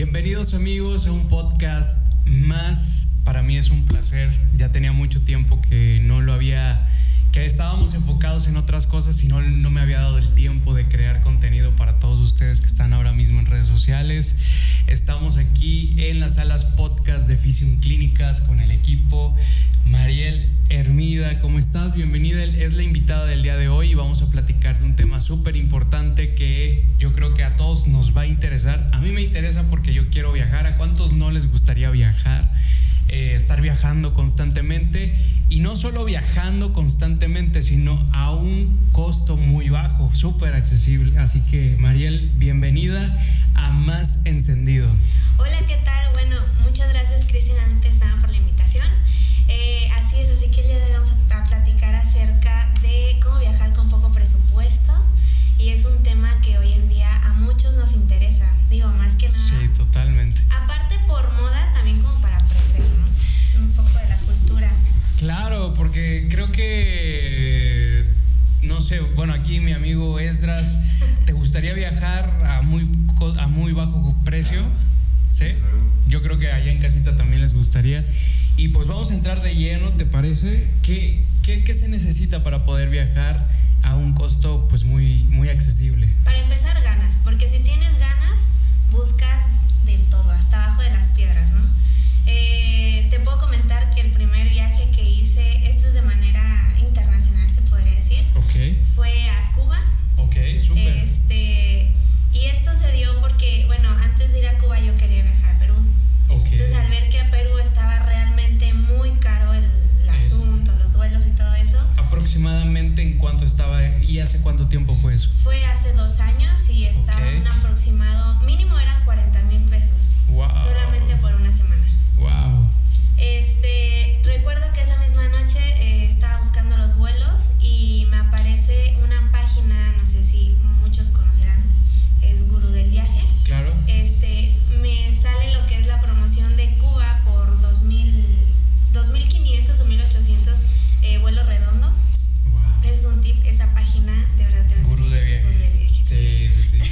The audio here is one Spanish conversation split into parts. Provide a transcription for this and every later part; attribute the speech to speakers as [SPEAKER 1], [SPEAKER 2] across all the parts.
[SPEAKER 1] Bienvenidos amigos a un podcast más. Para mí es un placer. Ya tenía mucho tiempo que no lo había, que estábamos enfocados en otras cosas y no, no me había dado el tiempo de crear contenido para todos ustedes que están ahora mismo en redes sociales. Estamos aquí en las salas podcast de Fisium Clínicas con el equipo. Mariel Hermida, ¿cómo estás? Bienvenida, es la invitada del día de hoy y vamos a platicar de un tema súper importante que yo creo que a todos nos va a interesar. A mí me interesa porque yo quiero viajar, ¿a cuántos no les gustaría viajar? Eh, estar viajando constantemente y no solo viajando constantemente, sino a un costo muy bajo, súper accesible. Así que Mariel, bienvenida a Más Encendido.
[SPEAKER 2] Hola, ¿qué tal? Bueno, muchas gracias Cristian antes nada por la invitación. Eh, así es, así que el día de hoy vamos a, a platicar acerca de cómo viajar con poco presupuesto y es un tema que hoy en día a muchos nos interesa, digo, más que nada.
[SPEAKER 1] Sí, totalmente.
[SPEAKER 2] Aparte por moda, también como para aprender ¿no? un poco de la cultura.
[SPEAKER 1] Claro, porque creo que no sé, bueno, aquí mi amigo Esdras, ¿te gustaría viajar a muy co- a muy bajo precio? Sí. Yo creo que allá en casita también les gustaría. Y pues vamos a entrar de lleno, ¿te parece? ¿Qué, qué, qué se necesita para poder viajar a un costo pues muy muy accesible?
[SPEAKER 2] Para empezar, ganas, porque si tienes ganas, buscas de todo, hasta abajo de las piedras, ¿no? Eh, te puedo comentar que el primer viaje que hice, esto es de manera internacional, se podría decir,
[SPEAKER 1] Ok.
[SPEAKER 2] fue a Cuba.
[SPEAKER 1] Ok, súper.
[SPEAKER 2] Este, y esto se dio porque, bueno, antes de ir a Cuba yo quería viajar a Perú.
[SPEAKER 1] Ok.
[SPEAKER 2] Entonces, al ver que a Perú estaba realmente muy caro el, el
[SPEAKER 1] Sí.
[SPEAKER 2] asunto, los vuelos y todo eso,
[SPEAKER 1] Aproximadamente en cuánto estaba y hace cuánto tiempo fue eso?
[SPEAKER 2] fue hace dos años y estaba
[SPEAKER 1] Ok.
[SPEAKER 2] un aproximado, mínimo eran 40 mil pesos,
[SPEAKER 1] Wow.
[SPEAKER 2] solamente por una semana.
[SPEAKER 1] Wow.
[SPEAKER 2] Este, recuerdo que esa misma noche eh, estaba buscando los vuelos y me aparece una página, no sé si muchos conocerán, es Guru del Viaje.
[SPEAKER 1] Claro.
[SPEAKER 2] Este, me sale lo que es la promoción de Cuba por 2000, 2.500 o 1.800 eh, vuelo redondo.
[SPEAKER 1] Wow.
[SPEAKER 2] Ese es un tip, esa página de verdad te
[SPEAKER 1] Gurú de viaje.
[SPEAKER 2] Gurú del Viaje.
[SPEAKER 1] Sí, sí, sí.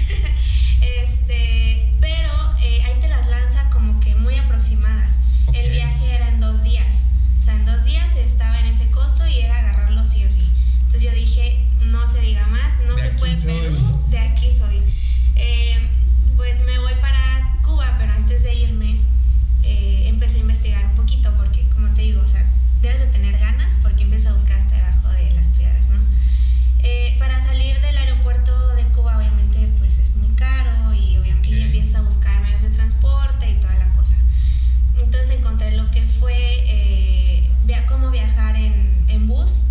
[SPEAKER 2] Este, pero eh, ahí te las lanza como que muy aproximadas.
[SPEAKER 1] Ok.
[SPEAKER 2] El viaje era en dos días. O sea, en dos días estaba en ese costo y era agarrarlo sí o sí. Entonces yo dije, no se diga más, no
[SPEAKER 1] De
[SPEAKER 2] se
[SPEAKER 1] aquí
[SPEAKER 2] puede
[SPEAKER 1] soy.
[SPEAKER 2] en Perú, de aquí soy. Eh, pues me voy para Cuba, pero antes de irme eh, empecé a investigar un poquito porque, como te digo, o sea, debes de tener ganas porque empiezas a buscar hasta debajo de las piedras, ¿no? Eh, para salir del aeropuerto de Cuba, obviamente, pues es muy caro y, obviamente,
[SPEAKER 1] Ok.
[SPEAKER 2] empiezas a buscar medios de transporte y toda la cosa. Entonces encontré lo que fue eh, via- cómo viajar en, en bus.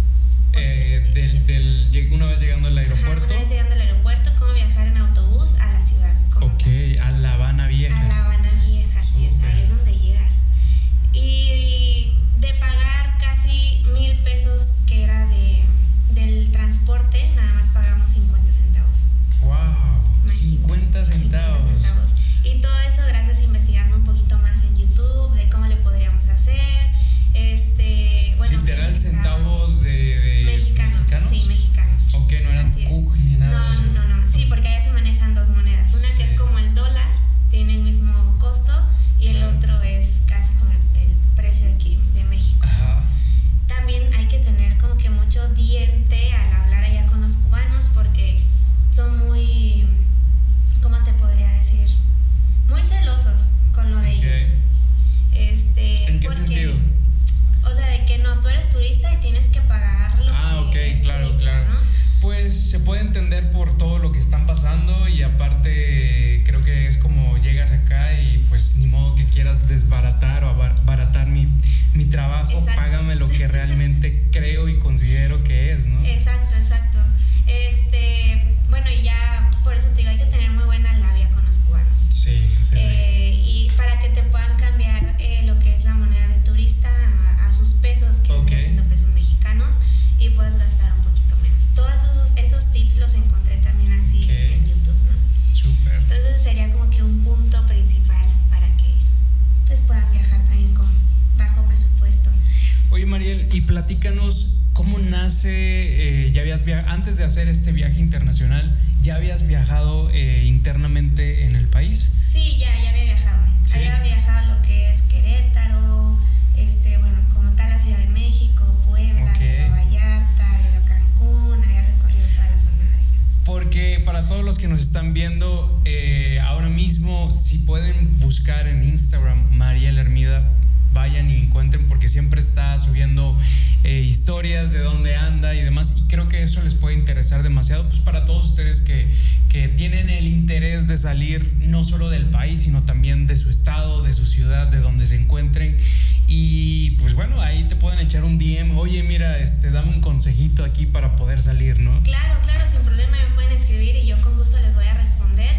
[SPEAKER 1] Eh, del, del, lleg- una vez llegando al
[SPEAKER 2] Ajá,
[SPEAKER 1] aeropuerto.
[SPEAKER 2] una vez llegando al aeropuerto, cómo viajar en autobús a la ciudad. como
[SPEAKER 1] Ok,
[SPEAKER 2] tal.
[SPEAKER 1] a La Habana
[SPEAKER 2] A La
[SPEAKER 1] Vieja.
[SPEAKER 2] Habana Vieja, sí, es, ahí es donde llegas. Y de pagar casi mil pesos que era de, del transporte, nada más pagamos 50 centavos.
[SPEAKER 1] Wow, 50
[SPEAKER 2] Imagínate,
[SPEAKER 1] centavos.
[SPEAKER 2] 50 centavos. Y todo eso gracias a investigando un poquito más en YouTube de cómo le podríamos hacer. Este, bueno,
[SPEAKER 1] Literal
[SPEAKER 2] mexicano-
[SPEAKER 1] centavos de, de
[SPEAKER 2] Mexicano,
[SPEAKER 1] mexicanos.
[SPEAKER 2] sí, mexicanos.
[SPEAKER 1] Ok, no eran
[SPEAKER 2] Así es.
[SPEAKER 1] cuc ni nada. de
[SPEAKER 2] No,
[SPEAKER 1] eso.
[SPEAKER 2] no, no, no. Sí, porque allá se manejan dos monedas. Una
[SPEAKER 1] Sí.
[SPEAKER 2] que es como el dólar, tiene el mismo costo, y el
[SPEAKER 1] Claro.
[SPEAKER 2] otro es casi como el, el precio aquí de México.
[SPEAKER 1] Ajá.
[SPEAKER 2] También hay que tener como que mucho diente al hablar allá con los cubanos porque son muy, ¿cómo te podría decir? Muy celosos con lo de
[SPEAKER 1] Ok.
[SPEAKER 2] ellos. Este,
[SPEAKER 1] ¿En qué
[SPEAKER 2] porque-
[SPEAKER 1] sentido?
[SPEAKER 2] O sea, de que no, tú eres turista y tienes que pagar lo
[SPEAKER 1] Ah,
[SPEAKER 2] que
[SPEAKER 1] ok,
[SPEAKER 2] eres
[SPEAKER 1] claro,
[SPEAKER 2] turista,
[SPEAKER 1] claro.
[SPEAKER 2] ¿no?
[SPEAKER 1] Pues se puede entender por todo lo que están pasando y aparte creo que es como llegas acá y pues ni modo que quieras desbaratar o abaratar mi, mi trabajo,
[SPEAKER 2] Exacto.
[SPEAKER 1] págame lo que realmente creo y considero que es, ¿no?
[SPEAKER 2] Exacto, exacto. Este, bueno, y ya por eso te digo, hay que tener muy buena labia con los cubanos.
[SPEAKER 1] Sí, sí, sí.
[SPEAKER 2] Eh, y para que te puedan cambiar eh, lo que es la moneda de turista a, a sus pesos, que
[SPEAKER 1] Ok.
[SPEAKER 2] vienen siendo pesos mexicanos, y puedes gastar un poquito menos. Todos esos, esos tips los encontré también así
[SPEAKER 1] Ok.
[SPEAKER 2] en YouTube, ¿no?
[SPEAKER 1] Súper.
[SPEAKER 2] Entonces sería como que un punto principal para que pues puedan viajar también con bajo presupuesto.
[SPEAKER 1] Oye Mariel, y platícanos cómo nace, eh, ya habías via- antes de hacer este viaje internacional, ¿ya habías viajado eh, internamente en el país?
[SPEAKER 2] Sí, ya, ya había viajado. este,
[SPEAKER 1] nos están viendo eh, ahora mismo, si pueden buscar en Instagram María Lermida, vayan y encuentren porque siempre está subiendo eh, historias de dónde anda y demás. Y creo que eso les puede interesar demasiado, pues para todos ustedes que, que tienen el interés de salir no solo del país, sino también de su estado, de su ciudad, de donde se encuentren. Y pues bueno, ahí te pueden echar un DM, oye, mira, este, dame un consejito aquí para poder salir, ¿no?
[SPEAKER 2] Claro, claro, sin problema me pueden escribir y yo con gusto les voy a responder.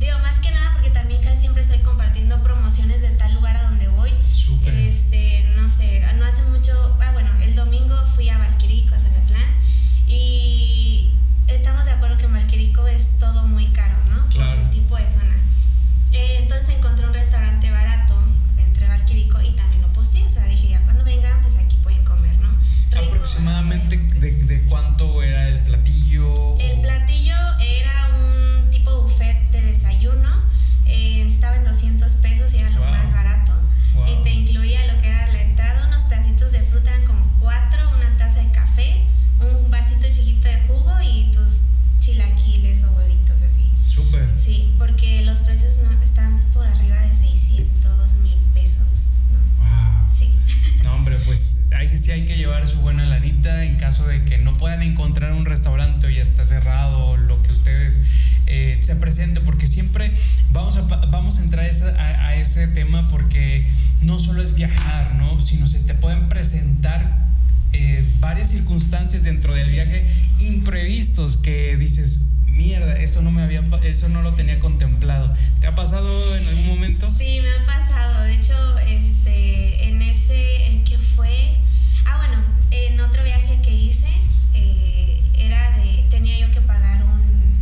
[SPEAKER 2] Digo, más que nada porque también casi siempre estoy compartiendo promociones de tal lugar a donde voy.
[SPEAKER 1] Súper.
[SPEAKER 2] Este, no sé, no hace mucho, ah bueno, el domingo fui a Valquirico, a Zacatlán, y estamos de acuerdo que en Valquirico es todo muy caro, ¿no? Por
[SPEAKER 1] Claro.
[SPEAKER 2] el tipo de zona. Eh, entonces encontré un restaurante barato entre Valquirico y también lo puse, o sea, dije ya cuando vengan, pues aquí pueden comer, ¿no? Rico,
[SPEAKER 1] Aproximadamente
[SPEAKER 2] barato,
[SPEAKER 1] de, de cuánto era el platillo.
[SPEAKER 2] el platillo era un tipo buffet de desayuno. eh, estaba en 200 pesos y era lo
[SPEAKER 1] Wow.
[SPEAKER 2] más barato.
[SPEAKER 1] Wow.
[SPEAKER 2] Y te incluía lo que era la entrada, unos pedacitos de fruta, eran como cuatro, una taza de café, un vasito chiquito de jugo y tus chilaquiles o huevitos así.
[SPEAKER 1] Súper.
[SPEAKER 2] Sí, porque los precios no, están por arriba de 600 mil pesos. ¿no?
[SPEAKER 1] Wow.
[SPEAKER 2] Sí.
[SPEAKER 1] No, hombre, pues ahí sí hay que llevar su buena lanita en caso de que no puedan encontrar un restaurante o ya está cerrado o lo que ustedes eh, se presente, porque siempre vamos a, pa- vamos a entrar a, esa- a- a ese tema porque no solo es viajar, ¿no? Sino se te pueden presentar eh, varias circunstancias dentro del viaje imprevistos que dices, mierda, esto no, me había, pa- eso no lo tenía contemplado. ¿Te ha pasado en algún momento?
[SPEAKER 2] Sí, me ha pasado. De hecho, este, en ese, ¿en qué fue? Ah, bueno, en otro viaje que hice, eh, era de, tenía yo que pagar un,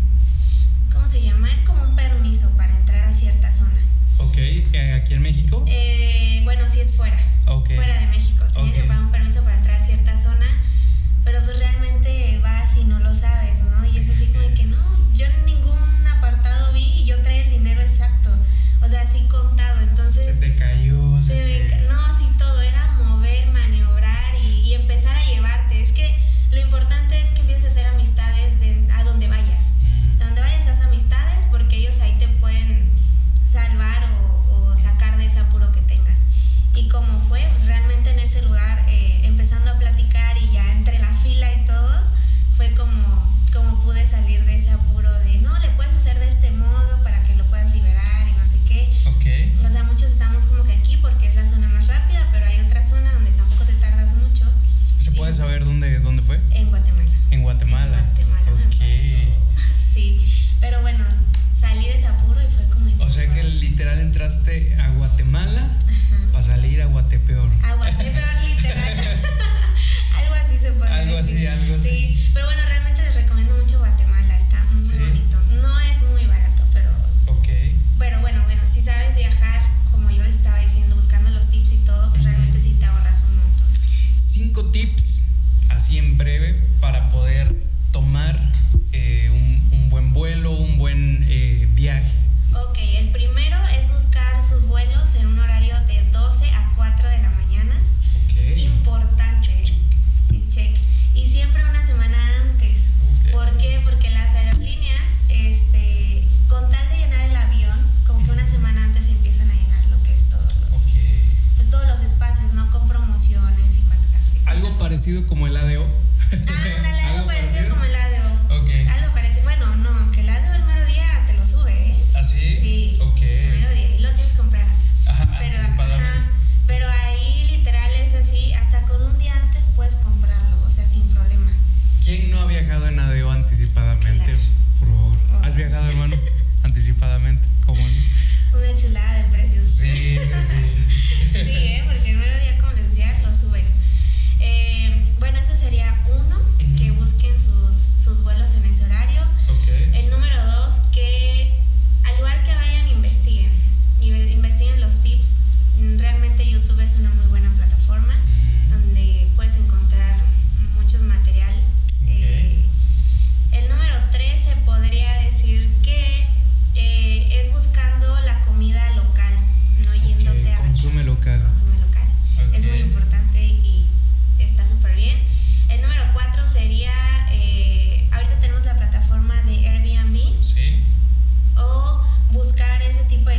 [SPEAKER 2] ¿cómo se llama? Como un permiso para entrar a cierta zona.
[SPEAKER 1] Ok, eh, aquí en México.
[SPEAKER 2] Eh, bueno, si es fuera,
[SPEAKER 1] Ok.
[SPEAKER 2] fuera de México. Tenía
[SPEAKER 1] Ok.
[SPEAKER 2] que pagar un permiso para entrar a cierta zona, pero pues realmente vas y no lo sabes, ¿no? Y es así como de que no, yo en ningún apartado vi y yo traía el dinero exacto, o sea, así contado, entonces...
[SPEAKER 1] Se te cayó, se
[SPEAKER 2] Se me
[SPEAKER 1] te-
[SPEAKER 2] enca- no, sí, todo era mover, maniobrar y, y empezar a llevarte. Es que lo importante es que empieces a hacer amistades de, a donde vayas. O sea, donde vayas, haz amistades porque ellos ahí te pueden salvar o, o sacar de ese apuro que tengas. Y como fue, pues realmente en ese lugar, eh, empezando a platicar y ya entre la fila y todo, fue como, como pude salir de ese apuro de no, le puedes hacer de este modo para que lo puedas liberar y no sé qué.
[SPEAKER 1] Ok.
[SPEAKER 2] O sea, muchos estamos como que aquí porque es la zona más rápida, pero hay otra zona donde tampoco te tardas mucho
[SPEAKER 1] ¿Se puede saber dónde, dónde fue?
[SPEAKER 2] en Guatemala.
[SPEAKER 1] En Guatemala.
[SPEAKER 2] Guatemala me
[SPEAKER 1] Ok.
[SPEAKER 2] pasó. Sí, pero bueno, salí de ese apuro y fue como... de
[SPEAKER 1] O sea que
[SPEAKER 2] wow.
[SPEAKER 1] literal entraste a Guatemala
[SPEAKER 2] Ajá.
[SPEAKER 1] para salir a Guatepeor.
[SPEAKER 2] Aguanté, pero literal. algo así se puede
[SPEAKER 1] Algo así,
[SPEAKER 2] decir.
[SPEAKER 1] algo así.
[SPEAKER 2] Sí, pero bueno, realmente les recomiendo mucho Guatemala, está muy
[SPEAKER 1] Sí.
[SPEAKER 2] bonito. No es muy barato, pero
[SPEAKER 1] Ok.
[SPEAKER 2] Pero bueno, bueno, si sabes viajar, como yo les estaba diciendo, buscando los tips y todo, pues
[SPEAKER 1] Ujú.
[SPEAKER 2] realmente sí te ahorras un montón.
[SPEAKER 1] Cinco tips, así en breve, para poder tomar eh, un, un buen vuelo, un buen eh, viaje.
[SPEAKER 2] Ok, el primero es buscar sus vuelos en un horario de 12 a 4 de la mañana.
[SPEAKER 1] Ok.
[SPEAKER 2] Importante, ¿eh? en check. Y siempre una semana antes.
[SPEAKER 1] Ok.
[SPEAKER 2] ¿Por qué? Porque las aerolíneas, este, con tal de llenar el avión, como que una semana antes empiezan a llenar lo que es todos los,
[SPEAKER 1] Ok.
[SPEAKER 2] pues, todos los espacios, ¿no? Con promociones y cuantas
[SPEAKER 1] Algo parecido como el ADO.
[SPEAKER 2] Ándale, algo parecido como el ADO.
[SPEAKER 1] Ok.
[SPEAKER 2] Algo parecido. Bueno, no, que el ADO el mero día te lo sube, ¿eh?
[SPEAKER 1] ¿Así?
[SPEAKER 2] Sí.
[SPEAKER 1] ¿Ah, Ok.
[SPEAKER 2] El mero día. Y lo tienes que comprar antes.
[SPEAKER 1] Ajá,
[SPEAKER 2] Pero,
[SPEAKER 1] anticipadamente.
[SPEAKER 2] ajá, pero ahí literal es así, hasta con un día antes puedes comprarlo, o sea, sin problema.
[SPEAKER 1] ¿Quién no ha viajado en ADO anticipadamente?
[SPEAKER 2] Claro.
[SPEAKER 1] Por favor.
[SPEAKER 2] Ojalá.
[SPEAKER 1] ¿Has viajado, hermano? anticipadamente. ¿Cómo no?
[SPEAKER 2] Una chulada de precios.
[SPEAKER 1] Sí, sí, sí.
[SPEAKER 2] Sí, ¿eh? porque el mero día, como les decía, lo suben. Eh, bueno, ese sería uno, que
[SPEAKER 1] Ujú.
[SPEAKER 2] busquen sus, sus vuelos en ese horario.
[SPEAKER 1] Mm,
[SPEAKER 2] Eh, eh, eh, este, eh,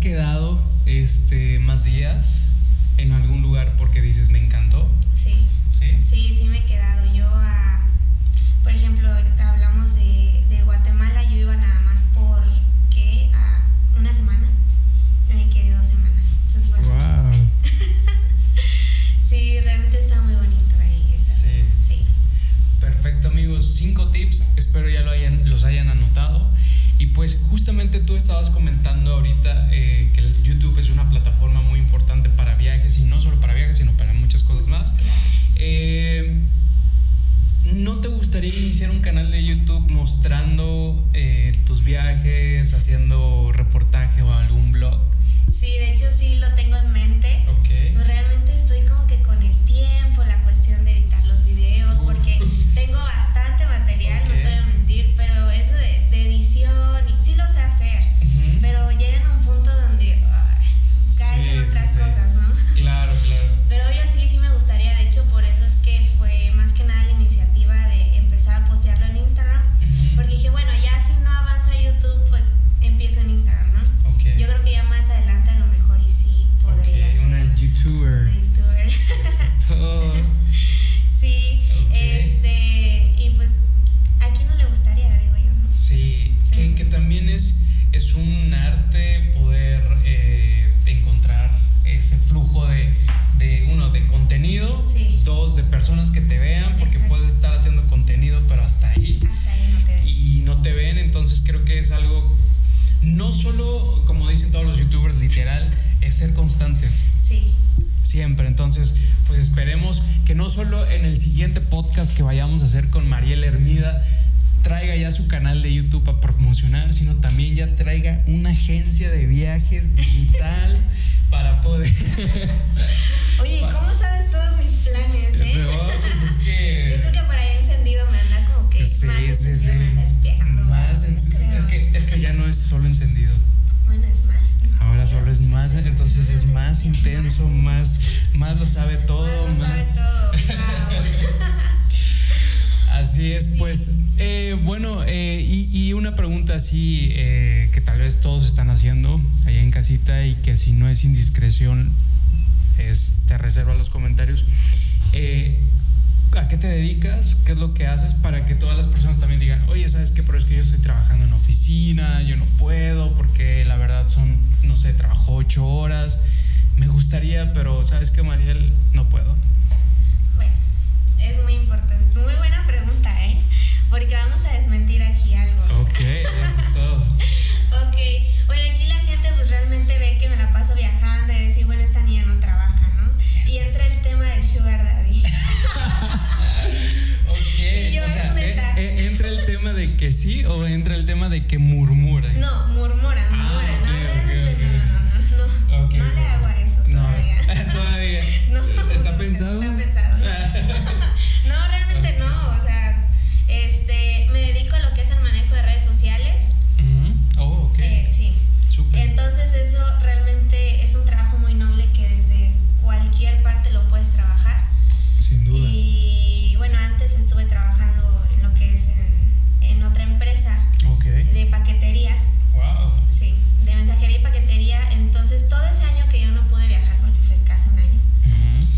[SPEAKER 1] quedado este, más días en algún lugar porque dices me encantó?
[SPEAKER 2] Sí.
[SPEAKER 1] ¿Sí?
[SPEAKER 2] Sí, sí me he quedado. Yo, ah, por ejemplo, hablamos de, de Guatemala, yo iba nada más por ¿qué? a una semana, me quedé dos semanas. Entonces, pues,
[SPEAKER 1] Wow.
[SPEAKER 2] sí, realmente está muy bonito ahí. Eso.
[SPEAKER 1] Sí.
[SPEAKER 2] Sí.
[SPEAKER 1] Perfecto amigos, cinco tips, espero ya lo hayan, los hayan anotado. Y pues justamente tú estabas comentando ahorita eh, que el YouTube es una plataforma muy importante para viajes y no solo para viajes, sino para muchas cosas más. Eh, ¿No te gustaría iniciar un canal de YouTube mostrando eh, tus viajes, haciendo reportaje o algún blog?
[SPEAKER 2] Sí, de hecho sí lo tengo en mente.
[SPEAKER 1] Ok.
[SPEAKER 2] Pues, Realmente estoy como que con el tiempo, la cuestión de editar los videos,
[SPEAKER 1] Uh.
[SPEAKER 2] porque tengo bastante material,
[SPEAKER 1] Ok.
[SPEAKER 2] no te voy a mentir, pero eso de, de edición, y- sí lo sé hacer,
[SPEAKER 1] Ujú.
[SPEAKER 2] pero llegan a un punto donde ay, caes en
[SPEAKER 1] Sí, sí,
[SPEAKER 2] otras
[SPEAKER 1] sí.
[SPEAKER 2] cosas, ¿no?
[SPEAKER 1] Claro, claro.
[SPEAKER 2] Pero obvio sí, sí me gustaría, de hecho por eso es que fue más que nada la iniciativa de empezar a postearlo en Instagram,
[SPEAKER 1] Ujú.
[SPEAKER 2] porque dije, bueno, ya si no avanzo a YouTube, pues empiezo en Instagram, ¿no?
[SPEAKER 1] Ok.
[SPEAKER 2] Yo creo que ya más adelante a lo mejor y sí podría
[SPEAKER 1] Ok,
[SPEAKER 2] ser
[SPEAKER 1] una YouTuber.
[SPEAKER 2] una youtuber.
[SPEAKER 1] Eso es todo.
[SPEAKER 2] Sí,
[SPEAKER 1] Ok.
[SPEAKER 2] este, y pues a quién no le gustaría, digo yo, ¿no?
[SPEAKER 1] Sí, que, que también es, es un arte poder eh, encontrar ese flujo de, de, uno, de contenido,
[SPEAKER 2] Sí.
[SPEAKER 1] dos, de personas que te vean, porque
[SPEAKER 2] Exacto.
[SPEAKER 1] puedes estar haciendo contenido, pero hasta ahí,
[SPEAKER 2] Hasta ahí no te ve.
[SPEAKER 1] y no te ven, entonces creo que es algo, no solo, como dicen todos los youtubers, literal, es ser constantes.
[SPEAKER 2] Sí,
[SPEAKER 1] Siempre, entonces, pues esperemos que no solo en el siguiente podcast que vayamos a hacer con Mariela Hermida traiga ya su canal de YouTube a promocionar, sino también ya traiga una agencia de viajes digital para poder...
[SPEAKER 2] Oye,
[SPEAKER 1] Bueno.
[SPEAKER 2] ¿cómo sabes todos mis planes, eh?
[SPEAKER 1] Pero, pues, es
[SPEAKER 2] Yo creo
[SPEAKER 1] que...
[SPEAKER 2] que por ahí encendido me anda como que
[SPEAKER 1] Sí,
[SPEAKER 2] más
[SPEAKER 1] sí,
[SPEAKER 2] encendido
[SPEAKER 1] sí.
[SPEAKER 2] me anda espiando.
[SPEAKER 1] Más
[SPEAKER 2] ¿no?
[SPEAKER 1] encendido.
[SPEAKER 2] Creo.
[SPEAKER 1] Es que, es que ya no es solo encendido.
[SPEAKER 2] Bueno, es más.
[SPEAKER 1] Ahora solo es más, entonces es más intenso, más, más lo sabe todo,
[SPEAKER 2] Más lo sabe
[SPEAKER 1] más...
[SPEAKER 2] todo, wow.
[SPEAKER 1] Así es, pues. eh, bueno, eh, y, y una pregunta así eh, que tal vez todos están haciendo allá en casita y que si no es indiscreción, es, te reservo a los comentarios. Eh, ¿A qué te dedicas? ¿Qué es lo que haces para que todas las personas también digan, oye, ¿sabes qué? Pero es que yo estoy trabajando en oficina, yo no puedo, porque la verdad son, no sé, trabajo ocho horas, me gustaría, pero ¿sabes qué, Mariel? No puedo.
[SPEAKER 2] Bueno, es muy importante. Muy buena pregunta, ¿eh? Porque vamos a desmentir aquí algo.
[SPEAKER 1] Ok, eso es todo.
[SPEAKER 2] Ok, bueno, aquí la gente pues realmente ve que me la paso viajando y decir, bueno, esta niña no trabaja, ¿no? Y entra el tema del sugar daddy. Y
[SPEAKER 1] Ok,
[SPEAKER 2] yo,
[SPEAKER 1] o sea,
[SPEAKER 2] neta.
[SPEAKER 1] eh, eh, ¿entra el tema de que sí o entra el tema de que murmura?
[SPEAKER 2] No, murmura,
[SPEAKER 1] Ah,
[SPEAKER 2] murmura.
[SPEAKER 1] ok, ok,
[SPEAKER 2] no, realmente
[SPEAKER 1] ok.
[SPEAKER 2] no, no, no, no.
[SPEAKER 1] Ok.
[SPEAKER 2] no le hago a eso
[SPEAKER 1] No,
[SPEAKER 2] todavía.
[SPEAKER 1] todavía.
[SPEAKER 2] No.
[SPEAKER 1] ¿Está pensado?
[SPEAKER 2] Está pensado. no, realmente
[SPEAKER 1] Ok.
[SPEAKER 2] no. O sea, este, me dedico a lo que es el manejo de redes sociales.
[SPEAKER 1] Ujú. Oh, ok.
[SPEAKER 2] Eh, sí.
[SPEAKER 1] Súper.
[SPEAKER 2] Entonces eso realmente es un trabajo muy noble que desde cualquier parte lo puedes trabajar.
[SPEAKER 1] Sin duda.
[SPEAKER 2] Y bueno, antes estuve trabajando en lo que es en, en otra empresa
[SPEAKER 1] Ok.
[SPEAKER 2] de paquetería,
[SPEAKER 1] Wow.
[SPEAKER 2] sí, de mensajería y paquetería. Entonces todo ese año que yo no pude viajar, porque fue casi un año,
[SPEAKER 1] Ujú.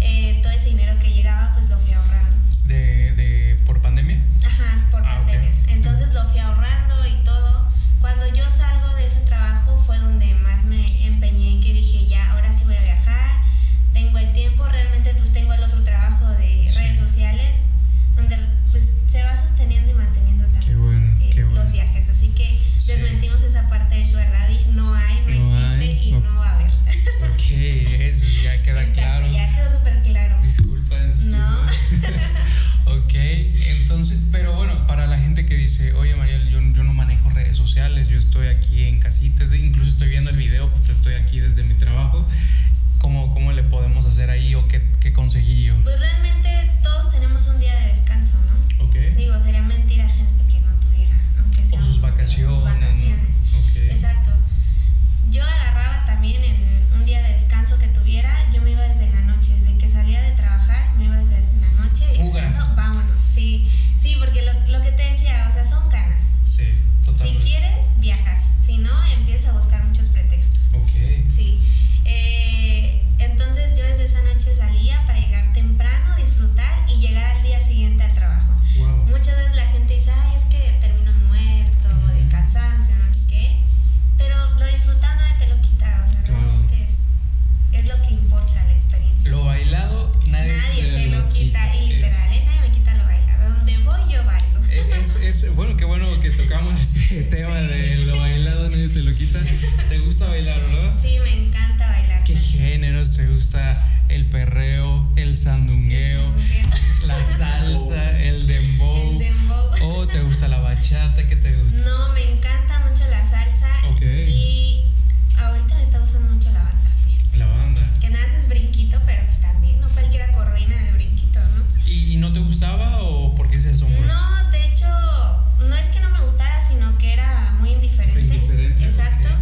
[SPEAKER 2] eh, todo ese dinero que llegaba pues lo fui ahorrando.
[SPEAKER 1] de, de- ¿Por pandemia?
[SPEAKER 2] Ajá, por
[SPEAKER 1] Ah, ok.
[SPEAKER 2] pandemia. Entonces lo fui ahorrando y todo. Cuando yo salgo de ese trabajo fue donde más me empeñé, que dije, ya, ahora sí voy a viajar, tengo el tiempo, realmente pues tengo el otro trabajo de
[SPEAKER 1] Sí.
[SPEAKER 2] redes sociales, donde pues se va sosteniendo y manteniendo también
[SPEAKER 1] Qué bueno,
[SPEAKER 2] eh,
[SPEAKER 1] qué bueno.
[SPEAKER 2] los viajes. Así que
[SPEAKER 1] Sí.
[SPEAKER 2] desmentimos esa parte de Sugar Daddy, no hay, no,
[SPEAKER 1] No
[SPEAKER 2] existe
[SPEAKER 1] hay,
[SPEAKER 2] y
[SPEAKER 1] ok.
[SPEAKER 2] no va a haber.
[SPEAKER 1] Ok, eso ya queda
[SPEAKER 2] Exacto,
[SPEAKER 1] claro.
[SPEAKER 2] Ya quedó súper claro.
[SPEAKER 1] Disculpa, disculpa.
[SPEAKER 2] No.
[SPEAKER 1] ok, entonces, pero bueno, para la gente que dice, oye Mariel, yo, yo no manejo redes sociales, yo estoy aquí en casitas, incluso estoy viendo el video porque estoy aquí desde mi trabajo, ¿cómo, cómo le podemos hacer ahí o qué, qué consejillo?
[SPEAKER 2] Pues realmente todos tenemos un día de descanso, ¿no?
[SPEAKER 1] Ok.
[SPEAKER 2] Digo, sería mentira gente que no tuviera, aunque sea
[SPEAKER 1] O sus vacaciones.
[SPEAKER 2] Sus vacaciones.
[SPEAKER 1] Ok.
[SPEAKER 2] Exacto. Yo agarraba también en un día de descanso que tuviera, yo me iba desde la noche, desde que salía de trabajar, me iba desde la noche y
[SPEAKER 1] Fuga.
[SPEAKER 2] no, vámonos, sí. Sí, porque lo, lo que te decía, o sea, son ganas.
[SPEAKER 1] Sí,
[SPEAKER 2] Si
[SPEAKER 1] totalmente.
[SPEAKER 2] quieres, viajas. Si no, Eh, ¿eh?
[SPEAKER 1] gusta? Bueno, qué bueno que tocamos este tema de lo bailado, nadie te lo quita. ¿Te gusta bailar, verdad?
[SPEAKER 2] Sí, me encanta bailar.
[SPEAKER 1] ¿Qué géneros te gusta? El perreo, el sandungueo, la salsa, el dembow.
[SPEAKER 2] El dembow.
[SPEAKER 1] ¿O te gusta la bachata? ¿Qué te gusta?
[SPEAKER 2] No, me encanta mucho la salsa.
[SPEAKER 1] Pues Ok.
[SPEAKER 2] Y ahorita me está gustando mucho la banda. fíjate.
[SPEAKER 1] La banda.
[SPEAKER 2] Que nada más es brinquito, pero pues también, no cualquiera coordina en el brinquito, ¿no?
[SPEAKER 1] ¿Y, y no te gustaba o por qué se asombró?
[SPEAKER 2] No, de hecho, no es que no me gustara, sino que era muy indiferente.
[SPEAKER 1] Fue indiferente,
[SPEAKER 2] Exacto.
[SPEAKER 1] ok.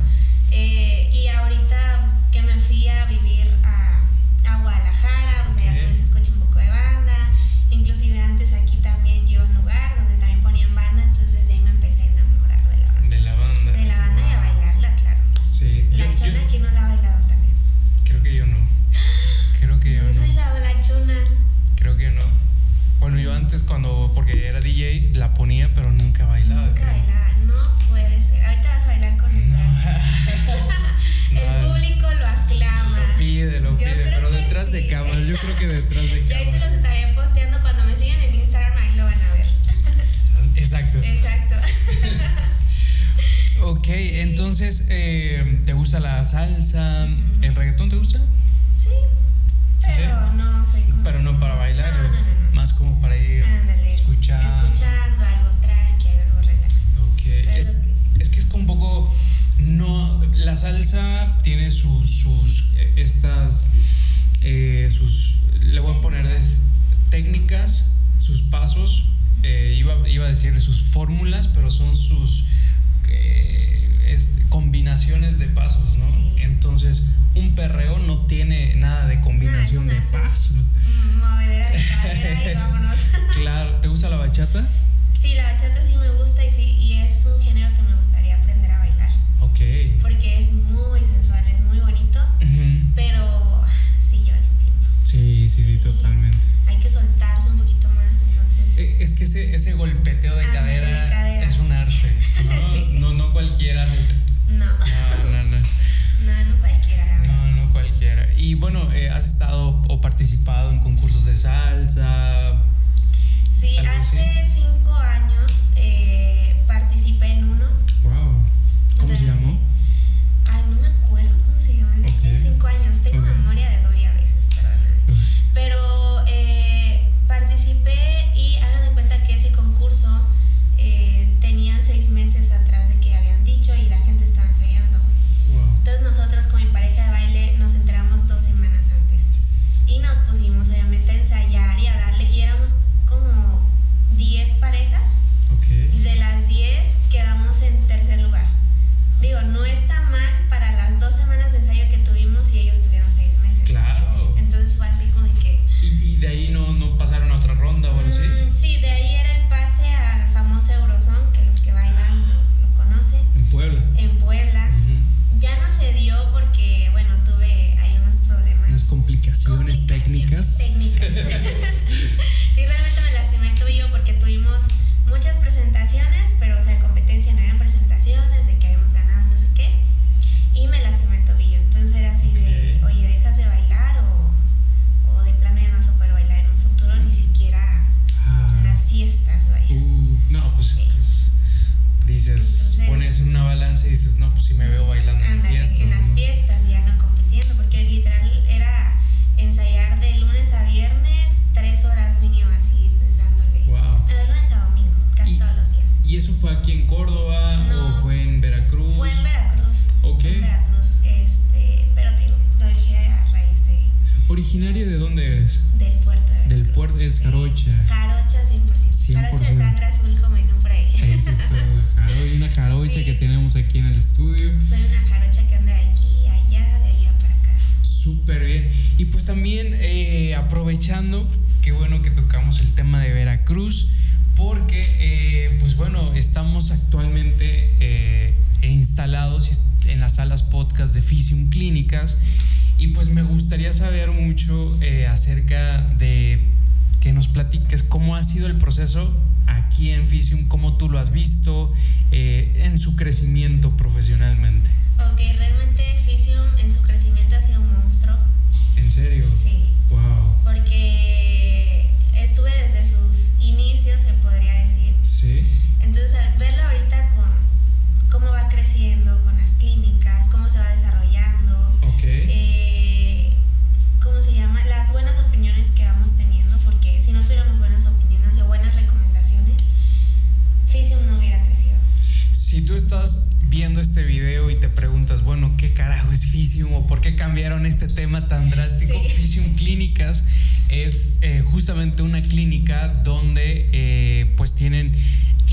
[SPEAKER 2] Eh, y ahorita pues, que me fui a vivir a, a Guadalajara, pues allá
[SPEAKER 1] Ok.
[SPEAKER 2] también se escucha un poco de banda. Inclusive antes aquí también yo un lugar donde también ponían banda, entonces desde ahí me empecé a enamorar de la banda.
[SPEAKER 1] De la banda.
[SPEAKER 2] De la banda y a
[SPEAKER 1] Wow.
[SPEAKER 2] bailarla, claro.
[SPEAKER 1] Sí.
[SPEAKER 2] La
[SPEAKER 1] Yo- yo-
[SPEAKER 2] chona aquí no la ha bailado también.
[SPEAKER 1] Creo que yo no. Creo que yo
[SPEAKER 2] ¿Has
[SPEAKER 1] no.
[SPEAKER 2] bailado la chona?
[SPEAKER 1] Creo que no. Bueno, yo antes cuando, porque era DJ, la ponía, pero nunca bailaba.
[SPEAKER 2] Nunca
[SPEAKER 1] creo.
[SPEAKER 2] bailaba, no puede ser. Ahorita vas a bailar con el salsa. El
[SPEAKER 1] No.
[SPEAKER 2] público lo aclama.
[SPEAKER 1] Lo pide, lo
[SPEAKER 2] Yo
[SPEAKER 1] pide,
[SPEAKER 2] creo
[SPEAKER 1] pero
[SPEAKER 2] que
[SPEAKER 1] detrás de
[SPEAKER 2] sí.
[SPEAKER 1] cámaras, yo creo que detrás de
[SPEAKER 2] Y ahí se los
[SPEAKER 1] cámaras.
[SPEAKER 2] estaré posteando cuando me sigan en Instagram, ahí lo van a ver.
[SPEAKER 1] Exacto.
[SPEAKER 2] Exacto.
[SPEAKER 1] Ok, entonces, eh, ¿te gusta la salsa?
[SPEAKER 2] Ujú.
[SPEAKER 1] ¿El reggaetón te gusta?
[SPEAKER 2] Sí, pero no soy como.
[SPEAKER 1] Pero no para bailar,
[SPEAKER 2] No, no, no, no.
[SPEAKER 1] más como para ir
[SPEAKER 2] Ándale.
[SPEAKER 1] escuchando.
[SPEAKER 2] Escuchando algo tranqui, algo relax.
[SPEAKER 1] Ok,
[SPEAKER 2] Pero
[SPEAKER 1] es, es que es como un poco. No, la salsa tiene sus. sus eh, estas. eh, sus. Le voy a poner des- técnicas, sus pasos. eh, iba, iba a decir sus fórmulas, pero son sus. eh, es- combinaciones de pasos, ¿no?
[SPEAKER 2] Sí.
[SPEAKER 1] Entonces, un perreo no tiene nada de combinación de
[SPEAKER 2] nada, es-
[SPEAKER 1] pasos.
[SPEAKER 2] mm, Movedera de cadera y vámonos.
[SPEAKER 1] Claro, ¿te gusta la bachata?
[SPEAKER 2] Sí, la bachata sí me gusta y sí, y es un género que me gustaría aprender a bailar.
[SPEAKER 1] Ok.
[SPEAKER 2] Porque es muy sensual, es muy bonito,
[SPEAKER 1] Ujú.
[SPEAKER 2] pero sí lleva su tiempo.
[SPEAKER 1] Sí, sí, sí,
[SPEAKER 2] Sí.
[SPEAKER 1] totalmente.
[SPEAKER 2] Hay que soltarse un poquito más, entonces.
[SPEAKER 1] Eh, Es que ese, ese golpeteo de
[SPEAKER 2] Ándale, Ah, de
[SPEAKER 1] cadera,
[SPEAKER 2] cadera.
[SPEAKER 1] es un arte. No,
[SPEAKER 2] Sí.
[SPEAKER 1] no, no cualquiera. hace-
[SPEAKER 2] No,
[SPEAKER 1] No, no, no.
[SPEAKER 2] no, no cualquiera, la verdad.
[SPEAKER 1] No, no cualquiera. Y bueno, eh, ¿has estado o participado en concursos de salsa?
[SPEAKER 2] Sí,
[SPEAKER 1] ¿Algo
[SPEAKER 2] hace cinco años eh, participé en uno.
[SPEAKER 1] Wow. ¿Cómo se llamó?
[SPEAKER 2] Ay, no me acuerdo cómo se llama. Es que
[SPEAKER 1] Ok.
[SPEAKER 2] Tengo cinco años, tengo
[SPEAKER 1] Ok.
[SPEAKER 2] memoria de Dory a veces, perdóname. Pero eh, participé y hagan de cuenta que ese concurso eh, tenían seis meses atrás de que habían dicho y la gente estaba ensayando.
[SPEAKER 1] Wow.
[SPEAKER 2] Entonces nosotros con mi pareja de baile nos enteramos dos semanas antes. Y nos pusimos obviamente a ensayar y a darle. Y éramos como 10 parejas.
[SPEAKER 1] Ok.
[SPEAKER 2] Y de las 10 quedamos en tercer lugar. Digo, no está mal para las dos semanas de ensayo que tuvimos y ellos tuvieron seis meses.
[SPEAKER 1] Claro.
[SPEAKER 2] Entonces fue así como que...
[SPEAKER 1] ¿Y, y de ahí no, no pasaron a otra ronda o algo así?
[SPEAKER 2] mm, sí, de ahí era el pase al famoso Eurozón, que los que bailan lo, lo conocen,
[SPEAKER 1] En Puebla.
[SPEAKER 2] en Puebla.
[SPEAKER 1] Ujú.
[SPEAKER 2] Ya no se dio porque, bueno, tuve ahí unos
[SPEAKER 1] Unas
[SPEAKER 2] problemas.
[SPEAKER 1] complicaciones, técnicas.
[SPEAKER 2] Técnicas. sí, realmente me lastimé el tobillo porque tuvimos muchas presentaciones, pero, o sea, competencia no eran presentaciones, de que habíamos ganado no sé qué. Y me lastimé el tobillo. Entonces era así de,
[SPEAKER 1] Ok.
[SPEAKER 2] oye, dejas de bailar o, o de plano ya no vas a poder bailar en un futuro, ni siquiera
[SPEAKER 1] Ah.
[SPEAKER 2] en las fiestas, vaya.
[SPEAKER 1] Uh, no, pues
[SPEAKER 2] Sí.
[SPEAKER 1] pues, dices,
[SPEAKER 2] Entonces-
[SPEAKER 1] pones en una balanza y dices, no, pues si me veo bailando en
[SPEAKER 2] Ándale,
[SPEAKER 1] fiestas.
[SPEAKER 2] en las
[SPEAKER 1] ¿no?
[SPEAKER 2] fiestas ya no compitiendo, porque literal era ensayar de lunes a viernes, tres horas mínimo así dándole.
[SPEAKER 1] Wow.
[SPEAKER 2] Eh, De lunes a domingo, casi
[SPEAKER 1] Y-
[SPEAKER 2] todos los días. Ah,
[SPEAKER 1] ¿Y eso fue aquí en Córdoba
[SPEAKER 2] No.
[SPEAKER 1] o fue en Veracruz?
[SPEAKER 2] Fue en Veracruz.
[SPEAKER 1] Ok.
[SPEAKER 2] fue en Veracruz, este, pero te digo, lo dejé a raíz de,
[SPEAKER 1] ¿Originaria de dónde eres?
[SPEAKER 2] del puerto de Veracruz.
[SPEAKER 1] Del puerto eres
[SPEAKER 2] Sí.
[SPEAKER 1] jarocha.
[SPEAKER 2] Jarocha 100%. Jarocha de
[SPEAKER 1] 100%.
[SPEAKER 2] sangre azul, como dicen por ahí.
[SPEAKER 1] Eso es todo. Jaro- una jarocha
[SPEAKER 2] Sí.
[SPEAKER 1] que tenemos aquí en el estudio.
[SPEAKER 2] Soy una jarocha que anda de aquí, allá, de allá para acá.
[SPEAKER 1] Súper bien. Y pues también eh, aprovechando, qué bueno que tocamos el tema de Veracruz, porque eh, pues bueno, estamos actualmente eh, instalados en las salas podcast de Fisium Clínicas y pues me gustaría saber mucho eh, acerca de que nos platiques cómo ha sido el proceso aquí en Fisium, cómo tú lo has visto eh, en su crecimiento profesionalmente.
[SPEAKER 2] Ok, realmente Fisium en su crecimiento ha sido un monstruo.
[SPEAKER 1] ¿En serio?
[SPEAKER 2] Sí,
[SPEAKER 1] Wow.
[SPEAKER 2] porque estuve desde sus inicios, se podría decir.
[SPEAKER 1] Sí.
[SPEAKER 2] Entonces Eh,
[SPEAKER 1] viendo este video y te preguntas, bueno, ¿qué carajo es Fisium o por qué cambiaron este tema tan drástico?
[SPEAKER 2] Sí.
[SPEAKER 1] Fisium Clínicas es eh, justamente una clínica donde eh, pues tienen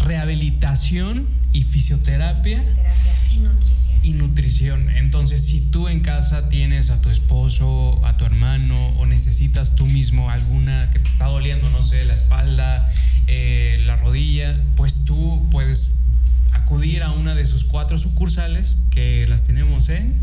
[SPEAKER 1] rehabilitación y fisioterapia
[SPEAKER 2] Terapia y nutrición.
[SPEAKER 1] y nutrición. Entonces, si tú en casa tienes a tu esposo, a tu hermano o necesitas tú mismo alguna que te está doliendo, no sé, la espalda, eh, la rodilla, pues tú puedes acudir a una de sus cuatro sucursales que las tenemos en...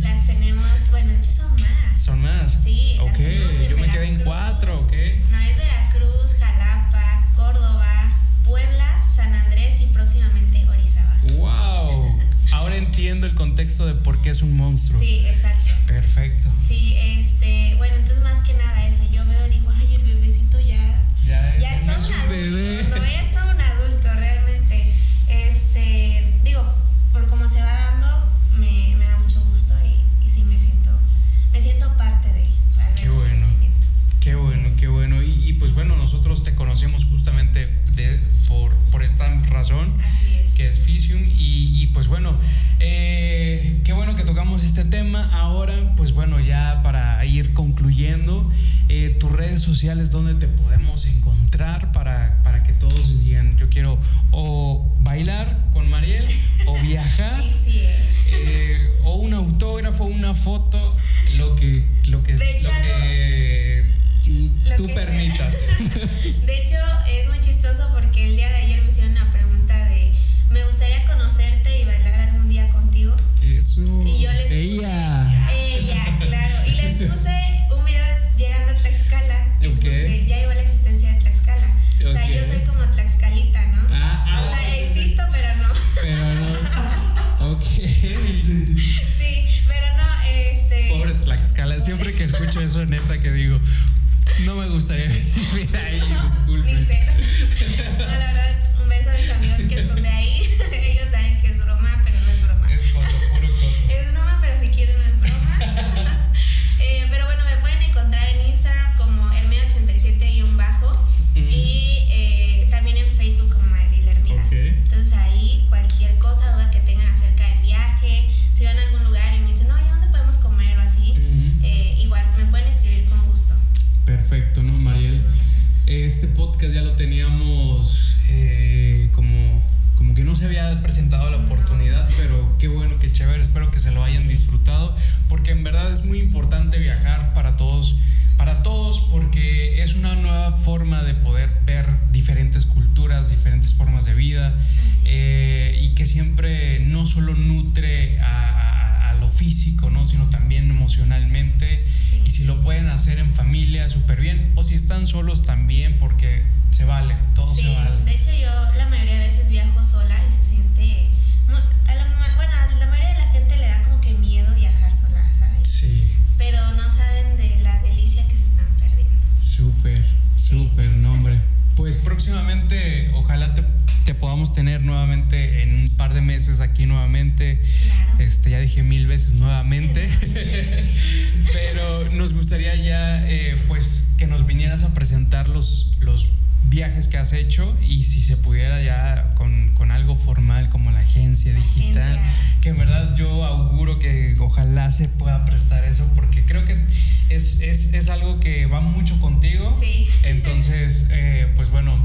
[SPEAKER 2] Las tenemos, bueno, de hecho son más.
[SPEAKER 1] ¿Son más?
[SPEAKER 2] Sí, las
[SPEAKER 1] Ok,
[SPEAKER 2] tenemos en
[SPEAKER 1] yo me quedé en
[SPEAKER 2] Veracruz.
[SPEAKER 1] cuatro, ok.
[SPEAKER 2] No, es Veracruz, Jalapa, Córdoba, Puebla, San Andrés y próximamente Orizaba.
[SPEAKER 1] ¡Wow! Ahora entiendo el contexto de por qué es un monstruo.
[SPEAKER 2] Sí, exacto.
[SPEAKER 1] Perfecto.
[SPEAKER 2] Sí, este, bueno, entonces más que nada eso, yo veo y digo, ay, el bebecito ya,
[SPEAKER 1] Ya,
[SPEAKER 2] ya
[SPEAKER 1] no
[SPEAKER 2] está
[SPEAKER 1] es
[SPEAKER 2] un
[SPEAKER 1] un
[SPEAKER 2] adulto,
[SPEAKER 1] bebé.
[SPEAKER 2] no, ya está un adulto realmente. Este, digo, por cómo se va dando, me, me da mucho gusto y, y sí me siento, me siento parte de él. al ver
[SPEAKER 1] Qué
[SPEAKER 2] el
[SPEAKER 1] bueno.
[SPEAKER 2] crecimiento.
[SPEAKER 1] Qué bueno, qué bueno. Y, y, pues bueno, nosotros te conocemos justamente de- por, por esta razón,
[SPEAKER 2] Así es.
[SPEAKER 1] que es Fisium. Y, y, pues bueno, eh, qué bueno que tocamos este tema. Ahora, pues bueno, ya para ir concluyendo, eh, tus redes sociales, ¿dónde te podemos encontrar para, para que todos digan, yo quiero o bailar con Mariel o viajar?
[SPEAKER 2] Sí, sí, eh.
[SPEAKER 1] eh, o un autógrafo, una foto, lo que, lo que, lo que
[SPEAKER 2] Bechalo. Lo
[SPEAKER 1] tú
[SPEAKER 2] que sea.
[SPEAKER 1] permitas.
[SPEAKER 2] De hecho, es muy chistoso porque el día de ayer me hicieron una pregunta de, me gustaría conocerte y bailar algún día contigo.
[SPEAKER 1] Eso.
[SPEAKER 2] Y yo les puse-
[SPEAKER 1] Ella.
[SPEAKER 2] Ella, claro. Y les puse un video llegando a Tlaxcala.
[SPEAKER 1] Ok.
[SPEAKER 2] Entonces, ya iba la existencia de Tlaxcala. O sea, yo
[SPEAKER 1] Ok.
[SPEAKER 2] soy como Tlaxcalita, ¿no?
[SPEAKER 1] Ah, ah,
[SPEAKER 2] o sea,
[SPEAKER 1] sí, sí, sí.
[SPEAKER 2] existo, pero no.
[SPEAKER 1] Pero no. Ok.
[SPEAKER 2] sí, pero no, este.
[SPEAKER 1] Pobre Tlaxcala, siempre que escucho eso, neta que digo, no me gustaría vivir ahí,
[SPEAKER 2] Ni
[SPEAKER 1] disculpe.
[SPEAKER 2] cero. No, la verdad, un beso a mis amigos que son de ahí. Ellos saben que es broma, pero no es broma.
[SPEAKER 1] Es coto, puro coto.
[SPEAKER 2] Es broma, pero si quieren no es broma. Eh, pero bueno, me pueden encontrar en Instagram como Hermia87-bajo
[SPEAKER 1] Ujú.
[SPEAKER 2] y eh, también en Facebook como Mariela Hermida.
[SPEAKER 1] Ok.
[SPEAKER 2] Entonces ahí cualquier cosa, duda que tengan acerca del viaje, si van a algún lugar y me dicen, oye, ¿dónde podemos comer o así?
[SPEAKER 1] Ujú.
[SPEAKER 2] eh, igual me pueden escribir con gusto.
[SPEAKER 1] Perfecto, ¿no, Mariel? Este podcast ya lo teníamos eh, como, como que no se había presentado la oportunidad, pero qué bueno, qué chévere, espero que se lo hayan disfrutado, porque en verdad es muy importante viajar para todos, para todos, porque es una nueva forma de poder ver diferentes culturas, diferentes formas de vida,
[SPEAKER 2] Así es.
[SPEAKER 1] eh, y que siempre no solo nutre a, a- a lo físico, ¿no? sino también emocionalmente.
[SPEAKER 2] Sí.
[SPEAKER 1] Y si lo pueden hacer en familia, súper bien. O si están solos también, porque se vale, todo
[SPEAKER 2] Sí,
[SPEAKER 1] se vale.
[SPEAKER 2] de hecho yo la mayoría de veces viajo sola y se siente... mu- a la ma- bueno, a la mayoría de la gente le da como que miedo viajar sola, ¿sabes?
[SPEAKER 1] Sí,
[SPEAKER 2] Pero no saben de la delicia que se están perdiendo.
[SPEAKER 1] súper, súper, nombre. Pues próximamente, ojalá te, te podamos tener nuevamente en un par de meses aquí nuevamente.
[SPEAKER 2] Claro.
[SPEAKER 1] Este, ya dije mil veces nuevamente. Pero nos gustaría ya, eh, pues, que nos vinieras a presentar los, los viajes que has hecho y si se pudiera ya con, con algo formal como la agencia
[SPEAKER 2] La
[SPEAKER 1] digital.
[SPEAKER 2] agencia.
[SPEAKER 1] Que en verdad yo auguro que ojalá se pueda prestar eso porque creo que es, es, es algo que va mucho contigo.
[SPEAKER 2] Sí.
[SPEAKER 1] Entonces, eh, pues bueno,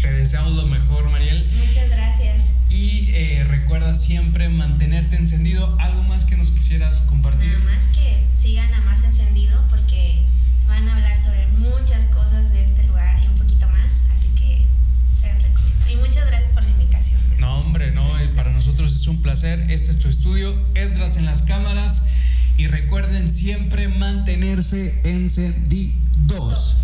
[SPEAKER 1] te deseamos lo mejor, Mariel.
[SPEAKER 2] Muchas gracias.
[SPEAKER 1] Y eh, recuerda siempre mantenerte encendido. ¿Algo más que nos quisieras compartir?
[SPEAKER 2] Nada más que sigan a más encendido porque van a hablar sobre muchas cosas de este lugar y un poquito más, así que se los recomiendo. Y muchas gracias por la invitación.
[SPEAKER 1] No, hombre, no. eh, Para nosotros es un placer. Este es tu estudio. Esdras en las cámaras. Y recuerden siempre mantenerse encendidos.